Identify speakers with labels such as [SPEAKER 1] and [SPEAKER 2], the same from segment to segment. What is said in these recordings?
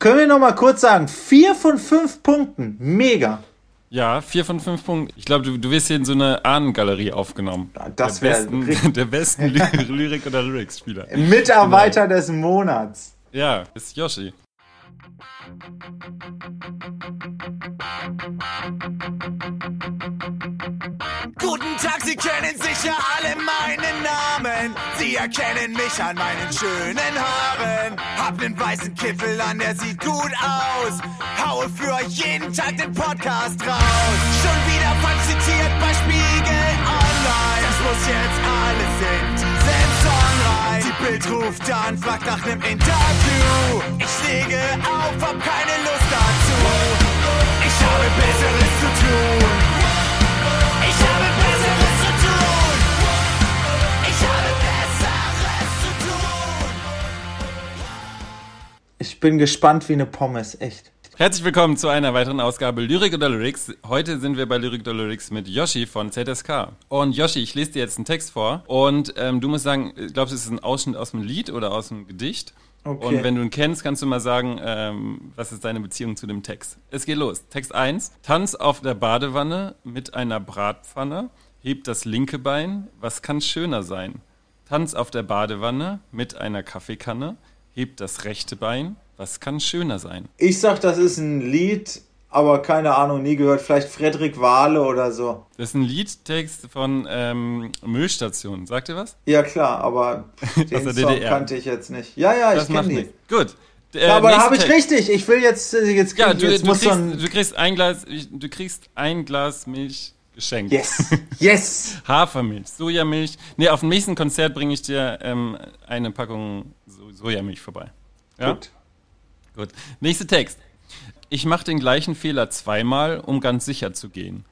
[SPEAKER 1] Können wir noch mal kurz sagen, vier von fünf Punkten, mega.
[SPEAKER 2] Ja, vier von fünf Punkten. Ich glaube, du, du wirst hier in so eine Ahnengalerie aufgenommen.
[SPEAKER 1] Das
[SPEAKER 2] der
[SPEAKER 1] wär
[SPEAKER 2] besten,
[SPEAKER 1] richtig-
[SPEAKER 2] der besten Ly- Lyrik- oder Lyrics-Spieler.
[SPEAKER 1] Mitarbeiter
[SPEAKER 2] Genau.
[SPEAKER 1] des Monats.
[SPEAKER 2] Ja, ist Yoshi.
[SPEAKER 3] Guten Tag, Sie kennen sicher alle meinen Namen. Sie erkennen mich an meinen schönen Haaren. Hab nen weißen Kittel an, der sieht gut aus. Haue für euch jeden Tag den Podcast raus. Schon wieder falsch zitiert bei Spiegel Online. Das muss jetzt alles in diesen Song rein. Die Bild ruft an, fragt nach nem Interview. Ich lege auf, hab keine Lust dazu. Ich habe Besseres zu tun. Ich habe Besseres zu tun. Ich habe Besseres zu tun.
[SPEAKER 1] Ich bin gespannt wie eine Pommes, echt.
[SPEAKER 2] Herzlich willkommen zu einer weiteren Ausgabe Lyrik oder Lyrics. Heute sind wir bei Lyrik oder Lyrics mit Yoshi von ZSK. Und Yoshi, ich lese dir jetzt einen Text vor und ähm, du musst sagen, äh, glaubst du, es ist ein Ausschnitt aus dem Lied oder aus dem Gedicht?
[SPEAKER 1] Okay.
[SPEAKER 2] Und wenn du ihn kennst, kannst du mal sagen, ähm, was ist deine Beziehung zu dem Text? Es geht los. Text 1. Tanz auf der Badewanne mit einer Bratpfanne, heb das linke Bein, was kann schöner sein? Tanz auf der Badewanne mit einer Kaffeekanne, heb das rechte Bein, was kann schöner sein?
[SPEAKER 1] Ich sag, das ist ein Lied, aber keine Ahnung, nie gehört. Vielleicht Frederik Wahle oder so.
[SPEAKER 2] Das ist ein Liedtext von ähm, Müllstation. Sagt ihr was?
[SPEAKER 1] Ja klar, aber den Song
[SPEAKER 2] der DDR.
[SPEAKER 1] kannte ich jetzt nicht. Ja, ja,
[SPEAKER 2] Das
[SPEAKER 1] ich kenne
[SPEAKER 2] macht
[SPEAKER 1] die.
[SPEAKER 2] nichts. Gut. D- äh,
[SPEAKER 1] Ja, aber da
[SPEAKER 2] nächster
[SPEAKER 1] habe ich
[SPEAKER 2] Text.
[SPEAKER 1] richtig. Ich will jetzt, äh, jetzt, krieg
[SPEAKER 2] Ja,
[SPEAKER 1] ich-
[SPEAKER 2] du,
[SPEAKER 1] jetzt
[SPEAKER 2] du,
[SPEAKER 1] muss
[SPEAKER 2] kriegst,
[SPEAKER 1] so ein...
[SPEAKER 2] du kriegst ein Glas, du kriegst ein Glas Milch geschenkt.
[SPEAKER 1] Yes, yes.
[SPEAKER 2] Hafermilch, Sojamilch. Nee, auf dem nächsten Konzert bringe ich dir ähm, eine Packung so Sojamilch vorbei. Ja?
[SPEAKER 1] Gut.
[SPEAKER 2] Gut. Nächster Text. Ich mache den gleichen Fehler zweimal, um ganz sicher zu gehen.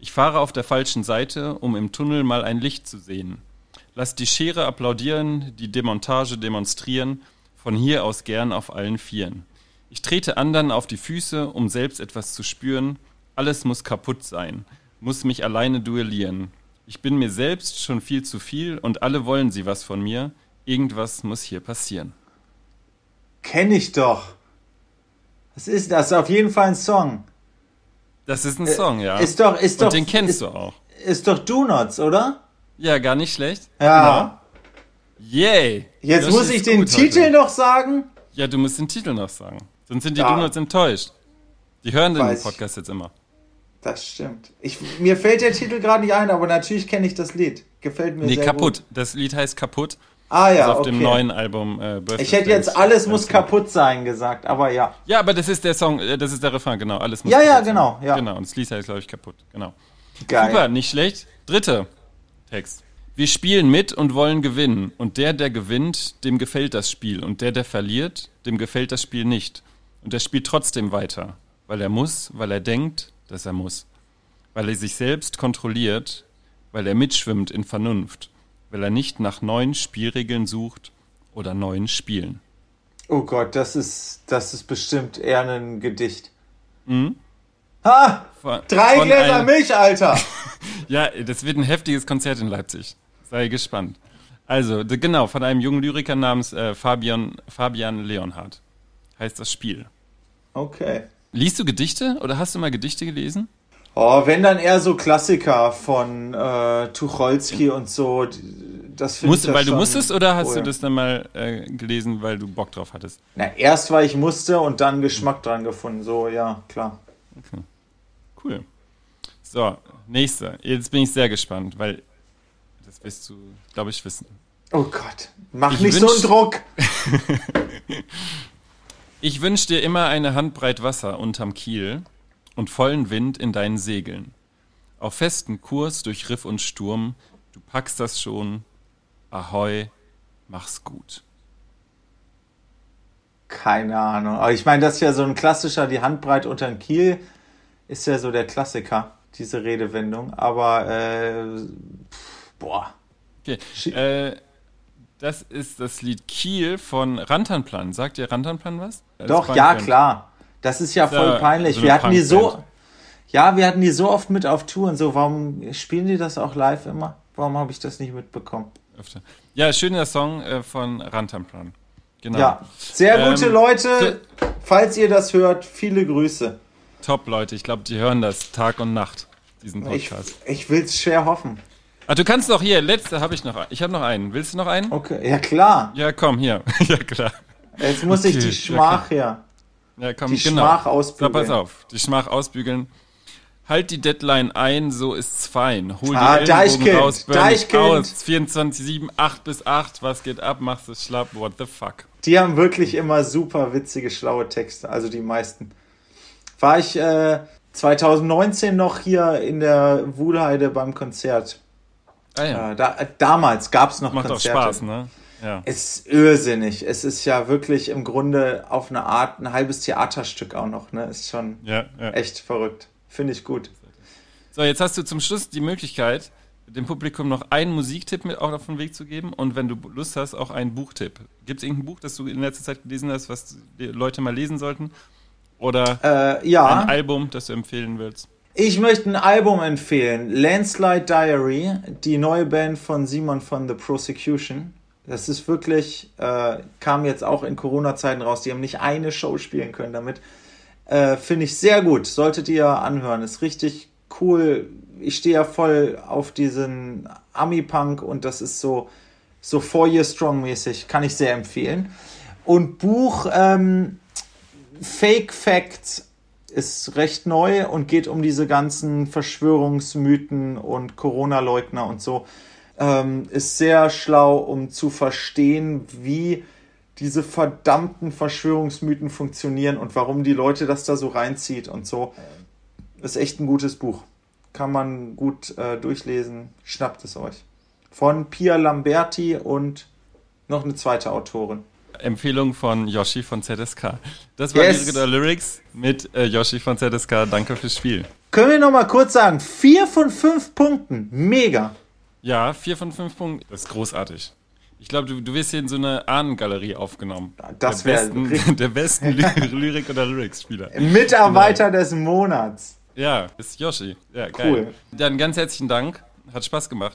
[SPEAKER 2] Ich fahre auf der falschen Seite, um im Tunnel mal ein Licht zu sehen. Lass die Schere applaudieren, die Demontage demonstrieren, von hier aus gern auf allen Vieren. Ich trete anderen auf die Füße, um selbst etwas zu spüren. Alles muss kaputt sein, muss mich alleine duellieren. Ich bin mir selbst schon viel zu viel und alle wollen sie was von mir. Irgendwas muss hier passieren.
[SPEAKER 1] Kenne ich doch. Das ist, das ist auf jeden Fall ein Song.
[SPEAKER 2] Das ist ein Song, ja.
[SPEAKER 1] Äh, Ist doch, ist doch.
[SPEAKER 2] Und den kennst
[SPEAKER 1] ist,
[SPEAKER 2] du auch.
[SPEAKER 1] Ist doch Donuts, oder?
[SPEAKER 2] Ja, gar nicht schlecht.
[SPEAKER 1] Ja.
[SPEAKER 2] Yay!
[SPEAKER 1] Jetzt
[SPEAKER 2] Yoshi
[SPEAKER 1] muss
[SPEAKER 2] ist
[SPEAKER 1] ich den
[SPEAKER 2] gut
[SPEAKER 1] Titel
[SPEAKER 2] heute.
[SPEAKER 1] noch sagen.
[SPEAKER 2] Ja, du musst den Titel noch sagen. Sonst sind die
[SPEAKER 1] Ja.
[SPEAKER 2] Donuts enttäuscht. Die hören den
[SPEAKER 1] Weiß ich.
[SPEAKER 2] Podcast jetzt immer.
[SPEAKER 1] Das stimmt. Ich, mir fällt der Titel gerade nicht ein, aber natürlich kenne ich das Lied. Gefällt mir
[SPEAKER 2] Nee,
[SPEAKER 1] sehr
[SPEAKER 2] kaputt.
[SPEAKER 1] gut.
[SPEAKER 2] Das Lied heißt kaputt.
[SPEAKER 1] Ah ja,
[SPEAKER 2] ist auf
[SPEAKER 1] okay.
[SPEAKER 2] dem neuen Album äh, Birth
[SPEAKER 1] ich hätte jetzt alles muss kaputt sein gesagt, aber ja.
[SPEAKER 2] Ja, aber das ist der Song, äh, das ist der Refrain, genau. Alles muss
[SPEAKER 1] Ja, ja,
[SPEAKER 2] kaputt sein.
[SPEAKER 1] genau, ja.
[SPEAKER 2] Genau, und das Lied heißt, glaube ich, kaputt. Genau.
[SPEAKER 1] Geil.
[SPEAKER 2] Super, nicht schlecht. Dritte Text. Wir spielen mit und wollen gewinnen. Und der, der gewinnt, dem gefällt das Spiel. Und der, der verliert, dem gefällt das Spiel nicht. Und er spielt trotzdem weiter. Weil er muss, weil er denkt, dass er muss. Weil er sich selbst kontrolliert, weil er mitschwimmt in Vernunft. Weil er nicht nach neuen Spielregeln sucht oder neuen Spielen.
[SPEAKER 1] Oh Gott, das ist das ist bestimmt eher ein Gedicht. Mhm. Ha!
[SPEAKER 2] Von-
[SPEAKER 1] Drei
[SPEAKER 2] von
[SPEAKER 1] Gläser
[SPEAKER 2] einem-
[SPEAKER 1] Milch, Alter.
[SPEAKER 2] Ja, das wird ein heftiges Konzert in Leipzig. Sei gespannt. Also, d- genau, von einem jungen Lyriker namens äh, Fabian, Fabian Leonhardt. Heißt das Spiel.
[SPEAKER 1] Okay.
[SPEAKER 2] Liest du Gedichte oder hast du mal Gedichte gelesen?
[SPEAKER 1] Oh, wenn dann eher so Klassiker von äh, Tucholsky und so. d- Das finde ich
[SPEAKER 2] Musst,
[SPEAKER 1] ja
[SPEAKER 2] weil du
[SPEAKER 1] schon
[SPEAKER 2] musstest oder hast
[SPEAKER 1] cool.
[SPEAKER 2] du das dann mal äh, gelesen, weil du Bock drauf hattest?
[SPEAKER 1] Na, erst weil ich musste und dann Geschmack dran gefunden. So, ja, klar.
[SPEAKER 2] Cool. So, nächste. Jetzt bin ich sehr gespannt, weil das wirst du, glaube ich, wissen.
[SPEAKER 1] Oh Gott, mach
[SPEAKER 2] Ich
[SPEAKER 1] nicht so einen
[SPEAKER 2] wünsch-
[SPEAKER 1] Druck.
[SPEAKER 2] Ich wünsch dir immer eine Handbreit Wasser unterm Kiel und vollen Wind in deinen Segeln. Auf festen Kurs durch Riff und Sturm, du packst das schon. Ahoi, mach's gut.
[SPEAKER 1] Keine Ahnung. Aber ich meine, das ist ja so ein klassischer, die Handbreit unter den Kiel ist ja so der Klassiker, diese Redewendung. Aber, äh, pff, boah.
[SPEAKER 2] Okay.
[SPEAKER 1] Schi-
[SPEAKER 2] Äh, das ist das Lied Kiel von Rantanplan. Sagt ihr Rantanplan was? Als
[SPEAKER 1] Doch, ja,
[SPEAKER 2] Punkband.
[SPEAKER 1] klar. Das ist ja voll
[SPEAKER 2] ja
[SPEAKER 1] peinlich.
[SPEAKER 2] so eine
[SPEAKER 1] wir hatten die so,
[SPEAKER 2] Punkband.
[SPEAKER 1] ja, wir hatten die so oft mit auf Tour und so. Warum spielen die das auch live immer? Warum habe ich das nicht mitbekommen?
[SPEAKER 2] Öfter. Ja, schöner Song äh, von Rantanplan. Genau.
[SPEAKER 1] Ja, sehr gute
[SPEAKER 2] Ähm,
[SPEAKER 1] Leute. Falls ihr das hört, viele Grüße.
[SPEAKER 2] Top, Leute. Ich glaube, die hören das Tag und Nacht, diesen
[SPEAKER 1] Ich,
[SPEAKER 2] Podcast.
[SPEAKER 1] ich will es schwer hoffen.
[SPEAKER 2] Ah, du kannst noch hier, letzte habe ich noch. ein- Ich habe noch einen. Willst du noch einen?
[SPEAKER 1] Okay, ja klar.
[SPEAKER 2] Ja, komm, hier. ja, klar.
[SPEAKER 1] Jetzt muss ich
[SPEAKER 2] Okay,
[SPEAKER 1] die
[SPEAKER 2] ja,
[SPEAKER 1] Schmach her.
[SPEAKER 2] Ja, komm,
[SPEAKER 1] Die
[SPEAKER 2] genau.
[SPEAKER 1] Schmach ausbügeln.
[SPEAKER 2] So, pass auf. Die Schmach ausbügeln. Halt die Deadline ein, so ist's fein. Hol die
[SPEAKER 1] Ah,
[SPEAKER 2] Ellenbogen
[SPEAKER 1] Deichkind,
[SPEAKER 2] raus, burn dich
[SPEAKER 1] Deichkind.
[SPEAKER 2] aus. 24, 7, 8 bis 8. Was geht ab? Machst du schlapp? What the fuck?
[SPEAKER 1] Die haben wirklich immer super witzige, schlaue Texte, also die meisten. War ich äh, 2019 noch hier in der Wuhlheide beim Konzert.
[SPEAKER 2] Ah, ja.
[SPEAKER 1] Äh, da, äh, damals gab es noch
[SPEAKER 2] Macht auch
[SPEAKER 1] Konzerte.
[SPEAKER 2] Spaß, ne? Ja.
[SPEAKER 1] Es ist irrsinnig. Es ist ja wirklich im Grunde auf eine Art ein halbes Theaterstück auch noch. Ne? Ist schon
[SPEAKER 2] Ja, ja.
[SPEAKER 1] echt verrückt. Finde ich gut.
[SPEAKER 2] So, jetzt hast du zum Schluss die Möglichkeit, dem Publikum noch einen Musiktipp mit auch auf den Weg zu geben und wenn du Lust hast, auch einen Buchtipp. Gibt es irgendein Buch, das du in letzter Zeit gelesen hast, was die Leute mal lesen sollten? Oder
[SPEAKER 1] Äh,
[SPEAKER 2] ein
[SPEAKER 1] ja,
[SPEAKER 2] Album, das du empfehlen willst?
[SPEAKER 1] ich möchte ein Album empfehlen. Landslide Diary, die neue Band von Simon von The Prosecution. Das ist wirklich, äh, kam jetzt auch in Corona-Zeiten raus. Die haben nicht eine Show spielen können damit. Äh, Finde ich sehr gut. Solltet ihr anhören. Ist richtig cool. Ich stehe ja voll auf diesen Ami-Punk und das ist so, so Four Year Strong mäßig. Kann ich sehr empfehlen. Und Buch ähm, Fake Facts ist recht neu und geht um diese ganzen Verschwörungsmythen und Corona-Leugner und so. Ähm, ist sehr schlau, um zu verstehen, wie diese verdammten Verschwörungsmythen funktionieren und warum die Leute das da so reinzieht und so. Ist echt ein gutes Buch. Kann man gut äh, durchlesen. Schnappt es euch. Von Pia Lamberti und noch eine zweite Autorin.
[SPEAKER 2] Empfehlung von Yoshi von ZSK. Das war
[SPEAKER 1] Yes.
[SPEAKER 2] yes. Lyrical Lyrics mit äh, Yoshi von ZSK. Danke fürs Spiel.
[SPEAKER 1] Können wir noch mal kurz sagen, vier von fünf Punkten, mega.
[SPEAKER 2] Ja, vier von fünf Punkten. Das ist großartig. Ich glaube, du, du wirst hier in so eine Ahnengalerie aufgenommen.
[SPEAKER 1] Das
[SPEAKER 2] der
[SPEAKER 1] wär richtig-
[SPEAKER 2] besten, der besten Ly- Lyrik- oder Lyrics-Spieler.
[SPEAKER 1] Mitarbeiter des Monats.
[SPEAKER 2] Ja, ist Yoshi. Ja,
[SPEAKER 1] Cool.
[SPEAKER 2] geil. Dann ganz herzlichen Dank. Hat Spaß gemacht.